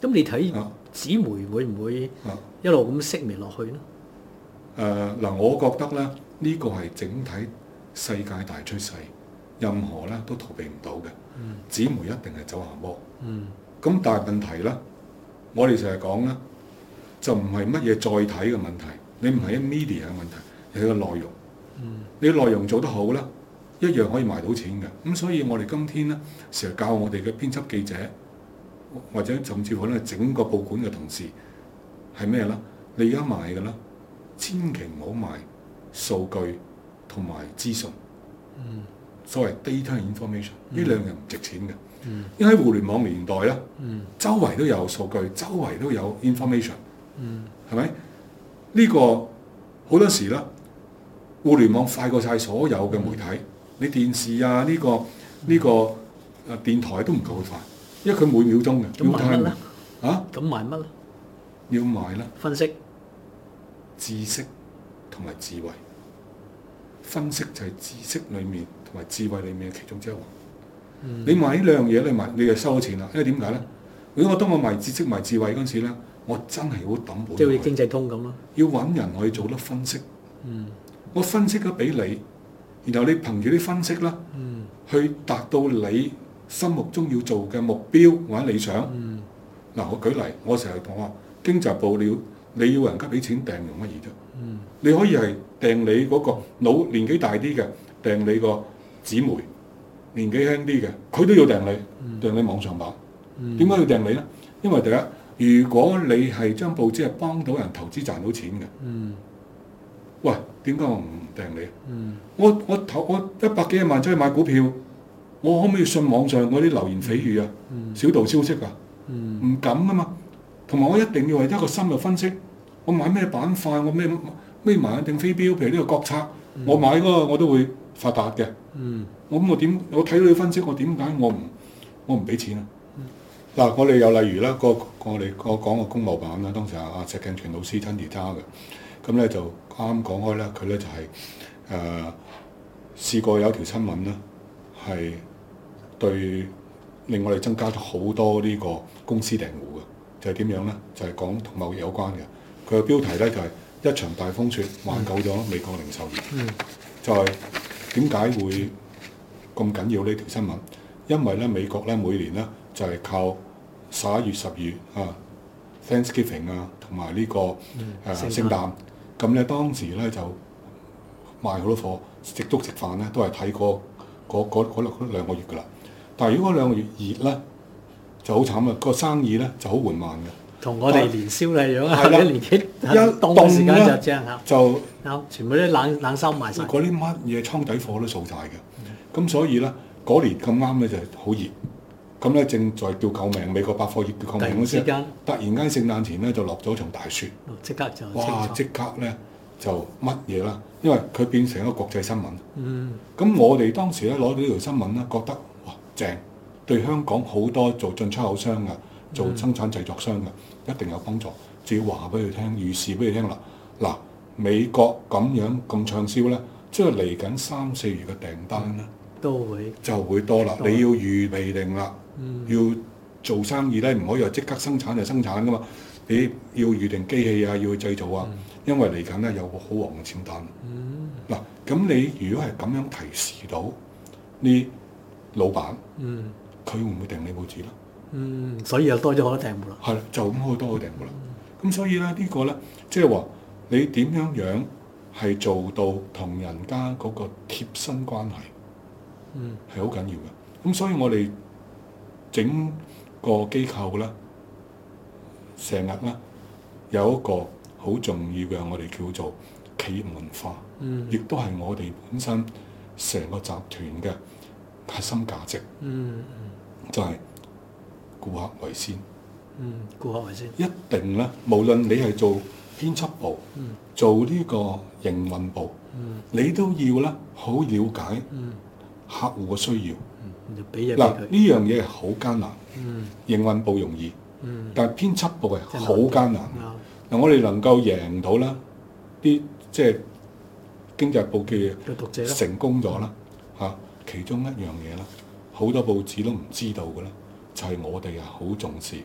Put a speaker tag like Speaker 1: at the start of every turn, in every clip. Speaker 1: 咁你睇
Speaker 2: 啊
Speaker 1: 紫梅會唔會
Speaker 2: 啊
Speaker 1: 一路咁式微落去呢？
Speaker 2: 誒嗱、我覺得咧，呢、個係整體世界大趨勢，任何咧都逃避唔到嘅。紫梅一定係走下坡。
Speaker 1: 嗯
Speaker 2: 咁但係問題咧，我哋成日講咧，就唔係乜嘢載體嘅問題，你唔係 media 嘅問題，係個內容。
Speaker 1: 嗯
Speaker 2: 你內容做得好咧，一樣可以賣到錢嘅。咁所以我哋今天咧，成日教我哋嘅編輯記者，或者甚至乎咧整個報館嘅同事係咩咧？你而家賣嘅咧，千祈唔好賣數據同埋資訊，
Speaker 1: 嗯
Speaker 2: 所謂 data information 呢兩樣唔值錢嘅。
Speaker 1: 嗯
Speaker 2: 因為喺互聯網年代咧。
Speaker 1: 嗯
Speaker 2: 周圍都有數據，周圍都有 information，
Speaker 1: 嗯
Speaker 2: 係咪？呢、個好多時咧，互聯網快過晒所有嘅媒體，
Speaker 1: 嗯
Speaker 2: 你電視啊呢、個呢、個誒電台都唔夠佢快，因為佢每秒鐘嘅。
Speaker 1: 咁賣乜
Speaker 2: real time
Speaker 1: 咧？
Speaker 2: 嘅啊，
Speaker 1: 咁賣乜咧？
Speaker 2: 要賣啦，
Speaker 1: 分析
Speaker 2: 知識同埋智慧。分析就係知識裡面同埋智慧裡面嘅其中之一環。
Speaker 1: 嗯
Speaker 2: 你賣呢兩樣嘢，你賣你就收咗錢啦。因為點解咧？如果我當我賣知識賣智慧嗰陣時咧，我真係好抌本落
Speaker 1: 即係好
Speaker 2: 去。
Speaker 1: 似經濟通咁咯。
Speaker 2: 要揾人去做得分析。
Speaker 1: 嗯
Speaker 2: 我分析咗俾你，然後你憑住啲分析啦，
Speaker 1: 嗯
Speaker 2: 去達到你心目中要做嘅目標或者理想。
Speaker 1: 嗯
Speaker 2: 嗱、我舉例，我成日講話經濟報料，你要人家俾錢訂用乜嘢啫？
Speaker 1: 嗯
Speaker 2: 你可以係訂你嗰個老年紀大啲嘅，訂你個姊妹；年紀輕啲嘅，佢都要訂你，訂你網上版。
Speaker 1: 嗯
Speaker 2: 點解要訂你呢？因為第一，如果你係張報紙係幫到人投資賺到錢嘅，
Speaker 1: 嗯
Speaker 2: 喂，點解我唔訂你啊？
Speaker 1: 嗯
Speaker 2: 我我投我一百幾萬出去買股票，我可唔可以信網上嗰啲流言蜚語啊、
Speaker 1: 嗯
Speaker 2: 小道消息啊？
Speaker 1: 嗯
Speaker 2: 唔敢啊嘛。同埋我一定要係一個深入分析，我買咩板塊，我咩咩買定飛鏢，譬如呢個國策，我買嗰個我都會發達嘅。
Speaker 1: 嗯
Speaker 2: 我咁我點？我睇到你分析，我點解我唔我唔俾錢啊？嗱，我哋又例如啦，個我哋我講個公務版啦，當時阿阿石鏡泉老師親自揸嘅，咁咧就啱啱講開咧，佢咧就係、誒、試過有條新聞咧，係對令我哋增加咗好多呢個公司訂戶嘅，就係、點樣咧？就係、講同貿易有關嘅，佢嘅標題咧就係、一場大風雪挽救咗美國零售業。
Speaker 1: 嗯
Speaker 2: 就係點解會咁緊要呢條新聞？因為咧美國咧每年咧就係、靠十一月、十二月啊 Thanksgiving 啊，同埋呢個誒、呃
Speaker 1: 聖誕
Speaker 2: 聖誕，咁咧當時咧就賣好多貨，食粥食飯咧都係睇嗰嗰嗰嗰嗰兩個月㗎啦。但係如果嗰兩個月熱咧，就好慘啊啦，個生意咧就好緩慢嘅。
Speaker 1: 同我哋年宵係樣啊，
Speaker 2: 係啦
Speaker 1: 一年幾
Speaker 2: 一
Speaker 1: 凍嘅時間
Speaker 2: 凍
Speaker 1: 就
Speaker 2: 呢
Speaker 1: 即係啱
Speaker 2: 就
Speaker 1: 啱，全部都冷冷收埋晒。
Speaker 2: 嗰啲乜嘢倉底貨都掃晒嘅。咁所以咧，嗰年咁啱咧就好熱，咁咧正在叫救命，美國百貨業叫救
Speaker 1: 突然
Speaker 2: 命嗰
Speaker 1: 之
Speaker 2: 時，
Speaker 1: 間，
Speaker 2: 突然間聖誕前咧就落咗場大雪，
Speaker 1: 哦即刻就
Speaker 2: 哇！即
Speaker 1: 清楚。
Speaker 2: 刻咧就乜嘢啦，因為佢變成一個國際新聞。
Speaker 1: 嗯
Speaker 2: 咁我哋當時咧攞到呢條新聞咧，覺得哇正，對香港好多做進出口商嘅、啊做生產製作商啊嘅，一定有幫助。仲要話俾佢聽，預示俾佢聽啦。嗱，美國咁樣咁暢銷咧，即係嚟緊三四月嘅訂單咧
Speaker 1: 都會
Speaker 2: 就會多啦。
Speaker 1: 多啦
Speaker 2: 你要預備定啦，
Speaker 1: 嗯
Speaker 2: 要做生意咧，唔可以話即刻生產就生產噶嘛。你要預定機器啊，要去製造啊，因為嚟緊咧有個好旺嘅簽單。
Speaker 1: 嗯
Speaker 2: 嗱，咁你如果係咁樣提示到呢老闆，
Speaker 1: 嗯
Speaker 2: 佢會唔會訂你報紙咧？
Speaker 1: 嗯，所以又多咗好多訂戶啦。
Speaker 2: 係啦，就咁好多個訂戶啦。
Speaker 1: 嗯
Speaker 2: 咁所以咧，呢個咧，即係話你點樣樣係做到同人家嗰個貼身關係
Speaker 1: 嗯
Speaker 2: 係好緊要嘅。咁所以我哋整個機構咧，成日咧有一個好重要嘅，我哋叫做企業文化。亦
Speaker 1: 嗯
Speaker 2: 都係我哋本身成個集團嘅核心價值，
Speaker 1: 嗯
Speaker 2: 就係、顧客為先。
Speaker 1: 嗯，顧客為先。
Speaker 2: 一定咧，無論你係做編輯部、
Speaker 1: 嗯
Speaker 2: 做呢個營運部，
Speaker 1: 嗯
Speaker 2: 你都要咧好了解
Speaker 1: 嗯
Speaker 2: 客戶嘅需要。
Speaker 1: 嗯，就俾嘢
Speaker 2: 嗱，
Speaker 1: 俾
Speaker 2: 呢
Speaker 1: 佢。
Speaker 2: 樣嘢係好艱難，
Speaker 1: 嗯
Speaker 2: 營運部容易，
Speaker 1: 嗯
Speaker 2: 但係編輯部係
Speaker 1: 真係
Speaker 2: 好艱難。
Speaker 1: 啱。
Speaker 2: 嗱，我哋能夠贏到啦，啲即係經濟部嘅。
Speaker 1: 個讀者啦。
Speaker 2: 成功咗啦嚇。其中啊一樣嘢啦，好多報紙都唔知道嘅啦，就係、我哋係好重視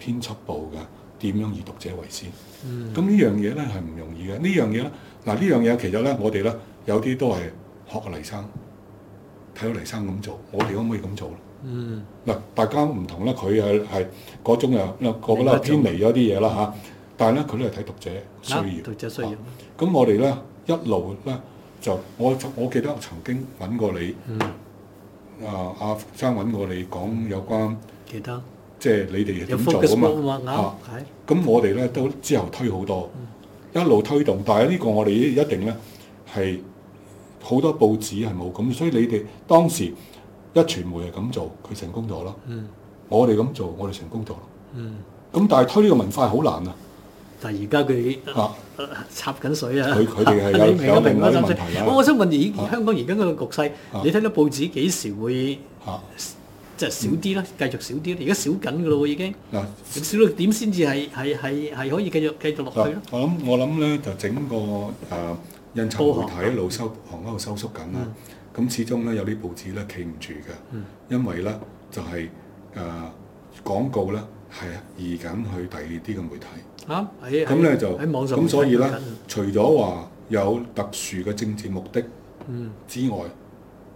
Speaker 2: 編輯部嘅點樣以讀者為先。
Speaker 1: 嗯
Speaker 2: 咁呢樣嘢咧係唔容易嘅。呢樣嘢咧，嗱呢樣嘢其實咧，我哋咧有啲都係學黎生，睇到黎生咁做，我哋可唔可以咁做咧？
Speaker 1: 嗯
Speaker 2: 嗱，大家唔同啦，佢係係嗰種啊，個個
Speaker 1: 另一
Speaker 2: 咧
Speaker 1: 種
Speaker 2: 偏離咗啲嘢啦吓，但係咧，佢都係睇讀者需要。
Speaker 1: 啱讀者需要
Speaker 2: 啊，咁我哋咧一路咧就我我記得我曾經揾過你，
Speaker 1: 嗯
Speaker 2: 啊阿福生揾過你講有關
Speaker 1: 記得
Speaker 2: 即係你哋
Speaker 1: 有
Speaker 2: 點做
Speaker 1: focus
Speaker 2: 啊嘛。
Speaker 1: group 啊嘛
Speaker 2: 啊，
Speaker 1: 啱係
Speaker 2: 咁我哋咧都之後推好多，一
Speaker 1: 嗯
Speaker 2: 路推動，但係呢個我哋一定咧係好多報紙係冇咁，所以你哋當時一傳媒係咁做，佢成功咗咯。
Speaker 1: 嗯
Speaker 2: 我哋咁做，我哋成功咗咯。
Speaker 1: 嗯，
Speaker 2: 咁但係推呢個文化係好難啊！
Speaker 1: 但係而家佢
Speaker 2: 啊，
Speaker 1: 插緊水啊！
Speaker 2: 佢佢哋係有
Speaker 1: 你明啊
Speaker 2: 有
Speaker 1: 明
Speaker 2: 另
Speaker 1: 啊
Speaker 2: 外
Speaker 1: 心
Speaker 2: 啲問
Speaker 1: 聲
Speaker 2: 題啦。
Speaker 1: 我我想問你，而
Speaker 2: 啊
Speaker 1: 香港而家嗰個局勢
Speaker 2: 啊，
Speaker 1: 你睇到報紙幾時會
Speaker 2: 嚇
Speaker 1: 即係少啲咧？繼續少啲咧？而家少緊㗎咯喎，已經
Speaker 2: 嗱，
Speaker 1: 少到點先至係係係哦係可以繼續繼續落去
Speaker 2: 嗱
Speaker 1: 咯？
Speaker 2: 我諗我諗咧就整個誒印刷媒體一路收行一路收縮緊啦。咁始終咧有啲報紙咧企唔住嘅
Speaker 1: 嗯，
Speaker 2: 因為咧就係誒廣告咧係移緊去第二啲嘅媒體。
Speaker 1: 啱喺
Speaker 2: 咁咧就
Speaker 1: 喺網上
Speaker 2: 咁，所以咧
Speaker 1: 睇緊啊
Speaker 2: 除咗話有特殊嘅政治目的
Speaker 1: 嗯
Speaker 2: 之外，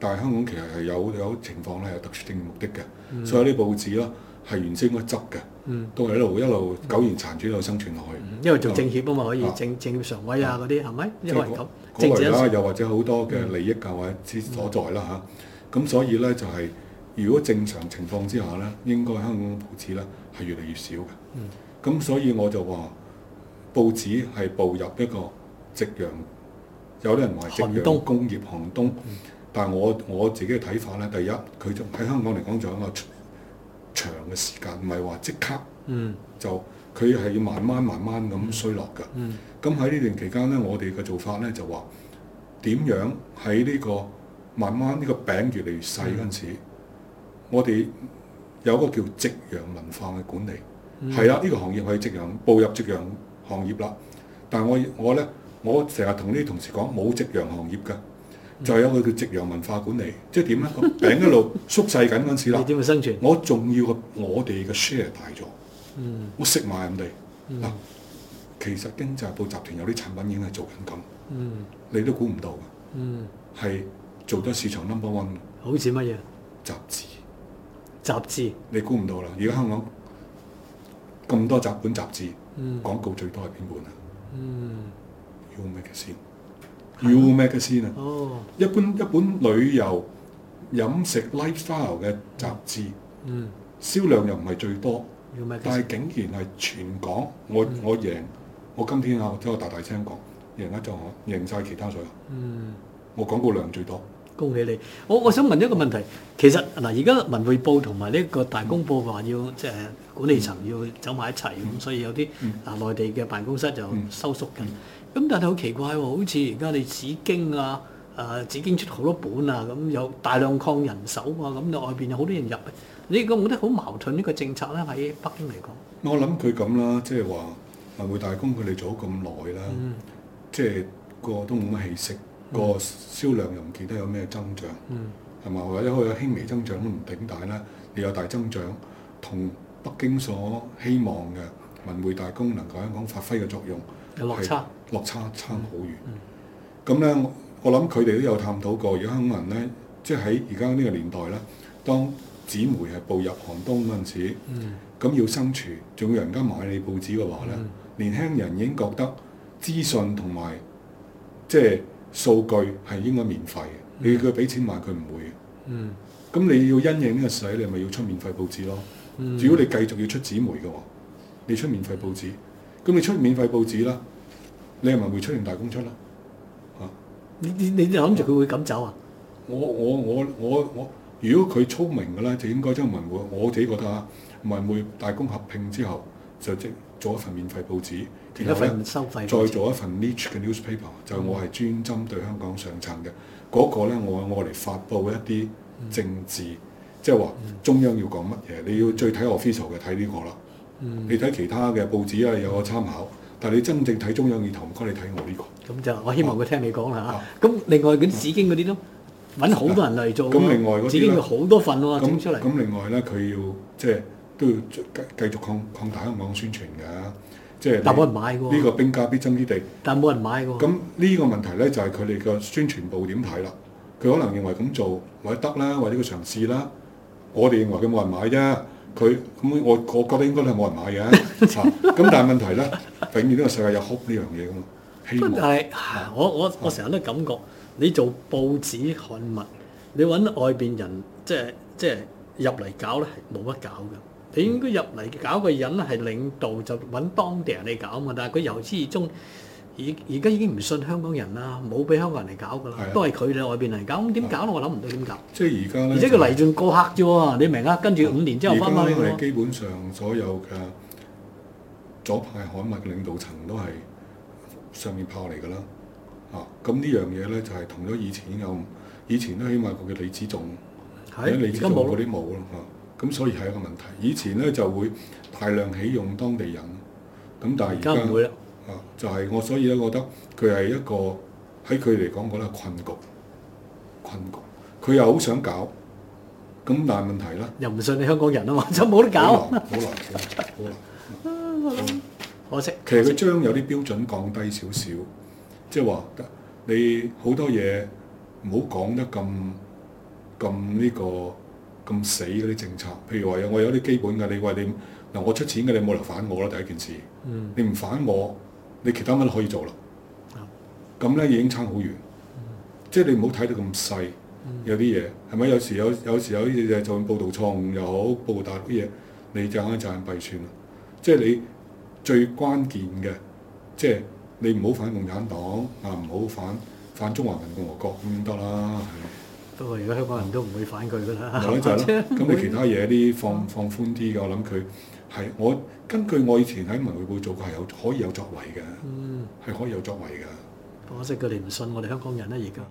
Speaker 2: 但係香港其實係有有情況咧係有特殊政治目的嘅，
Speaker 1: 嗯
Speaker 2: 所以啲報紙咧係原先應該執嘅，
Speaker 1: 嗯。
Speaker 2: 都係一路一路苟延殘喘一路生存落去。
Speaker 1: 嗯因為做政協啊嘛，可以
Speaker 2: 啊
Speaker 1: 政政協常委啊嗰啲係咪？
Speaker 2: 即
Speaker 1: 因為
Speaker 2: 係
Speaker 1: 咁
Speaker 2: 嗰
Speaker 1: 政
Speaker 2: 嗰
Speaker 1: 治
Speaker 2: 類
Speaker 1: 因素嗯
Speaker 2: 啦，又或者好多嘅利益啊或者之所在啦嚇。咁所以咧就係，如果正常情況之下咧，應該香港嘅報紙咧係越嚟越少嘅。
Speaker 1: 嗯
Speaker 2: 咁所以我就話，報紙係步入一個夕陽，有啲人話係夕
Speaker 1: 寒
Speaker 2: 陽
Speaker 1: 冬嗯
Speaker 2: 工業寒冬，但係我我自己嘅睇法咧，第一佢就喺香港嚟講就係一個長嘅時間，唔係話即刻
Speaker 1: 嗯
Speaker 2: 就佢係要慢慢慢慢咁衰落㗎。
Speaker 1: 嗯
Speaker 2: 咁喺呢段期間咧，我哋嘅做法咧就話點樣喺呢個慢慢呢個餅越嚟越細嗰陣時，我哋有個叫夕陽文化嘅管理，
Speaker 1: 嗯
Speaker 2: 係啦、呢個行業係夕陽步入夕陽行業啦。但係我我咧，我成日同啲同事講冇夕陽行業㗎。就有個叫夕陽文化管理，即係點咧？個餅一路縮細緊嗰陣時
Speaker 1: 你
Speaker 2: 啦，
Speaker 1: 點會生存？
Speaker 2: 我仲要個我哋嘅 share 大咗，
Speaker 1: 嗯
Speaker 2: 我食埋人哋
Speaker 1: 嗯
Speaker 2: 嗱。其實經濟部集團有啲產品已經係做緊咁，
Speaker 1: 嗯
Speaker 2: 你都估唔到嘅，
Speaker 1: 嗯，
Speaker 2: 係做咗市場 number one 嘅
Speaker 1: 好似乜嘢
Speaker 2: 雜誌，
Speaker 1: 雜誌？
Speaker 2: 你估唔到啦！而家香港咁多雜本雜誌，
Speaker 1: 嗯
Speaker 2: 廣告最多係邊本啊
Speaker 1: 嗯，
Speaker 2: ？U Magazine，U Magazine 啊！
Speaker 1: 哦
Speaker 2: 一般一本旅遊、飲食、lifestyle 嘅雜誌，
Speaker 1: 嗯，
Speaker 2: 銷量又唔係最多，
Speaker 1: 要咩？
Speaker 2: 但係竟然係全港我
Speaker 1: 嗯
Speaker 2: 我贏，我今天啊，我真係大大聲講，贏一就我贏晒其他所有，
Speaker 1: 嗯。
Speaker 2: 我廣告量最多。
Speaker 1: 恭喜你！我我想問一個問題，其實嗱，而家文匯報同埋呢個大公報話要即係管理層要走埋一齊咁，所以有啲
Speaker 2: 嗯
Speaker 1: 嗱內地嘅辦公室就
Speaker 2: 嗯
Speaker 1: 收縮緊。咁但係好奇怪喎，好似而家你紫荊啊、誒紫荊出好多本啊，咁有大量擴人手啊，咁就外邊有好多人入，你覺唔覺得好矛盾呢個政策咧？喺北京嚟講，
Speaker 2: 我諗佢咁啦，即係話文匯大公佢哋做咗咁耐啦，
Speaker 1: 嗯
Speaker 2: 即係個都冇乜氣息，個銷量又唔見得有咩增長，
Speaker 1: 嗯
Speaker 2: 係嘛？或者佢有輕微增長都唔頂大啦，你有大增長，同北京所希望嘅文匯大公能夠喺香港發揮嘅作用，
Speaker 1: 有落差，
Speaker 2: 落差差好遠。咁咧、我我諗佢哋都有探討過，而家香港人咧，即係喺而家呢個年代咧，當紙媒係步入寒冬嗰陣時。
Speaker 1: 嗯
Speaker 2: 咁要生存，仲要人家買你報紙嘅話咧，
Speaker 1: 嗯
Speaker 2: 年輕人已經覺得資訊同埋即係數據係應該免費嘅。你叫佢俾錢買，佢唔會嘅。
Speaker 1: 嗯
Speaker 2: 咁你要因應呢個使，你咪要出免費報紙咯。
Speaker 1: 嗯，
Speaker 2: 如果你繼續要出紙媒嘅話，你出免費報紙，咁你出免費報紙啦，你係咪會出現大公出啦？啊！
Speaker 1: 你你你你諗住佢會咁走啊？
Speaker 2: 我我我我我，如果佢聰明嘅咧，就應該將文匯，我自己覺得啊，文匯大公合併之後，就即做一份免費報紙，
Speaker 1: 其
Speaker 2: 然
Speaker 1: 他
Speaker 2: 後
Speaker 1: 份
Speaker 2: 咧
Speaker 1: 收費
Speaker 2: 再做一份 niche 嘅 newspaper，就
Speaker 1: 嗯
Speaker 2: 我係專針對香港上層嘅嗰、個咧，我我嚟發布一啲
Speaker 1: 嗯
Speaker 2: 政治，即係話中央要講乜嘢，你要最睇 official 嘅睇呢個啦，
Speaker 1: 嗯
Speaker 2: 你睇其他嘅報紙啊有個參考，但係你真正睇中央意圖，唔該你睇我呢、個。
Speaker 1: 咁就我希望佢聽你講啦
Speaker 2: 啊
Speaker 1: 嚇。咁另外嗰啲紫荊嗰啲都揾好多人嚟做喎。
Speaker 2: 咁另外嗰啲呢
Speaker 1: 哦紫荊佢好多份喎，整出
Speaker 2: 咁
Speaker 1: 嚟。
Speaker 2: 咁另外咧，佢要即係都要繼繼續擴擴大香港宣傳㗎，即係
Speaker 1: 但
Speaker 2: 你
Speaker 1: 冇人買嘅喎，
Speaker 2: 呢個兵家必爭之地。
Speaker 1: 但冇人買嘅喎。
Speaker 2: 咁呢個問題咧就係佢哋嘅宣傳部點睇啦。佢可能認為咁做或者得啦，或者佢嘗試啦。我哋認為佢冇人買啫。佢咁我我覺得應該係冇人買嘅。 嚇咁但係問題咧，永遠呢個世界有 hope 呢樣嘢噶嘛，希
Speaker 1: 不
Speaker 2: 望
Speaker 1: 過但係唉我我我成日都感覺，你做報紙刊物，你揾外邊人即係即係入嚟搞咧係冇乜搞嘅。你應該入嚟搞嘅人係領導，就揾當地人嚟搞嘛。但係佢由始至終，而而家已經唔信香港人啦，冇俾香港人嚟搞噶啦
Speaker 2: 係啊，
Speaker 1: 都係佢哋外邊嚟搞。咁點搞咧？我諗唔到點搞。
Speaker 2: 即係而家咧。
Speaker 1: 而且佢嚟盡過客啫喎，你明啊？跟住五年之後翻返去
Speaker 2: 而家
Speaker 1: 喎
Speaker 2: 係。基本上所有嘅左派海物嘅領導層都係上面炮嚟㗎啦。啊，咁呢樣嘢咧就係同咗以前有，以前都起碼佢嘅李子仲。
Speaker 1: 係，
Speaker 2: 而
Speaker 1: 而
Speaker 2: 家你知
Speaker 1: 家
Speaker 2: 道
Speaker 1: 冇咯。
Speaker 2: 嗰啲冇咯嚇，咁所以係一個問題。以前咧就會大量起用當地人，咁但係
Speaker 1: 而
Speaker 2: 而
Speaker 1: 家
Speaker 2: 家
Speaker 1: 唔會啦。
Speaker 2: 啊，就係我所以咧覺得佢係一個喺佢嚟講覺得係困局，困局。佢又好想搞，咁但係問題咧，
Speaker 1: 又唔信你香港人啊嘛， 就冇得搞
Speaker 2: 好。難，好難，好難。
Speaker 1: 可惜。
Speaker 2: 其實佢將有啲標準降低少少，即係話你好多嘢唔好講得咁咁呢個咁死嗰啲政策。譬如話有我有啲基本嘅，你話你嗱我出錢嘅，你冇理由反我啦，第一件事。
Speaker 1: 嗯。
Speaker 2: 你唔反我，你其他乜都可以做啦
Speaker 1: 啊。
Speaker 2: 咁咧已經差好遠，即係你唔好睇到咁細。有啲嘢係咪？有時有有時有啲嘢就算報道錯誤又好，報道啲嘢，你就可以責任弊算啦。即係你最關鍵嘅，即係你唔好反共產黨啊，唔好反反中華人民共和國咁得啦。
Speaker 1: 不過而家香港人都唔會反佢㗎啦，
Speaker 2: 係咪 就係咯。
Speaker 1: 啊即係嗯
Speaker 2: 咁你其他嘢啲放放寬啲嘅，我諗佢係我根據我以前喺文匯報做過係有可以有作為嘅，
Speaker 1: 嗯，
Speaker 2: 係可以有作為嘅。
Speaker 1: 可惜佢哋唔信我哋香港人啦而家。